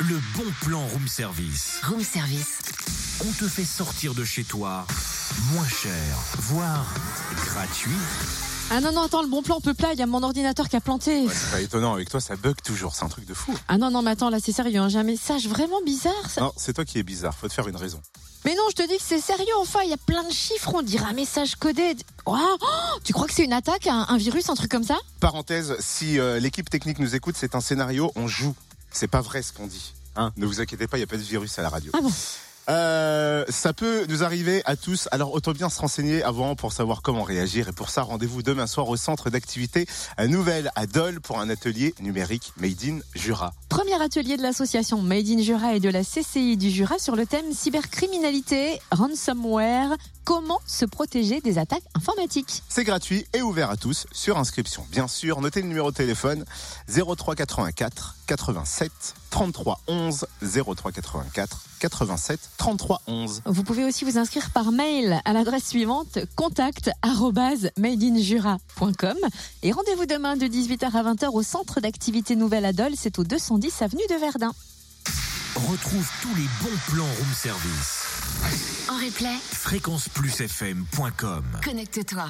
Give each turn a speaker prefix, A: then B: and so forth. A: Le bon plan room service.
B: Room service.
A: On te fait sortir de chez toi moins cher, voire gratuit.
C: Ah non, non, attends, le bon plan peut plat, il y a mon ordinateur qui a planté.
D: Ouais, c'est pas étonnant, avec toi ça bug toujours, c'est un truc de fou.
C: Ah non, non, mais attends, là c'est sérieux, hein, j'ai un message vraiment bizarre. ça-
D: Non, c'est toi qui es bizarre, faut te faire une raison.
C: Mais non, je te dis que c'est sérieux, enfin, il y a plein de chiffres, on dirait un message codé. Ouah, oh, tu crois que c'est une attaque, un, un virus, un truc comme ça
D: Parenthèse, si euh, l'équipe technique nous écoute, c'est un scénario, on joue. C'est pas vrai ce qu'on dit. Hein, ne vous inquiétez pas, il n'y a pas de virus à la radio.
C: Ah bon
D: Euh, ça peut nous arriver à tous, alors autant bien se renseigner avant pour savoir comment réagir. Et pour ça, rendez-vous demain soir au centre d'activité à Nouvelle, à Dole, pour un atelier numérique Made in Jura.
C: Premier atelier de l'association Made in Jura et de la CCI du Jura sur le thème cybercriminalité, ransomware, comment se protéger des attaques informatiques.
D: C'est gratuit et ouvert à tous sur inscription. Bien sûr, notez le numéro de téléphone 03 84 87 33 11 03 84 87 33 11.
C: Vous pouvez aussi vous inscrire par mail à l'adresse suivante contact@madeinjura.com et rendez-vous demain de 18h à 20h au centre d'activité Nouvelle Adol, c'est au 210 avenue de Verdun.
A: Retrouve tous les bons plans room service.
B: En replay,
A: fréquenceplusfm.com
B: connecte-toi.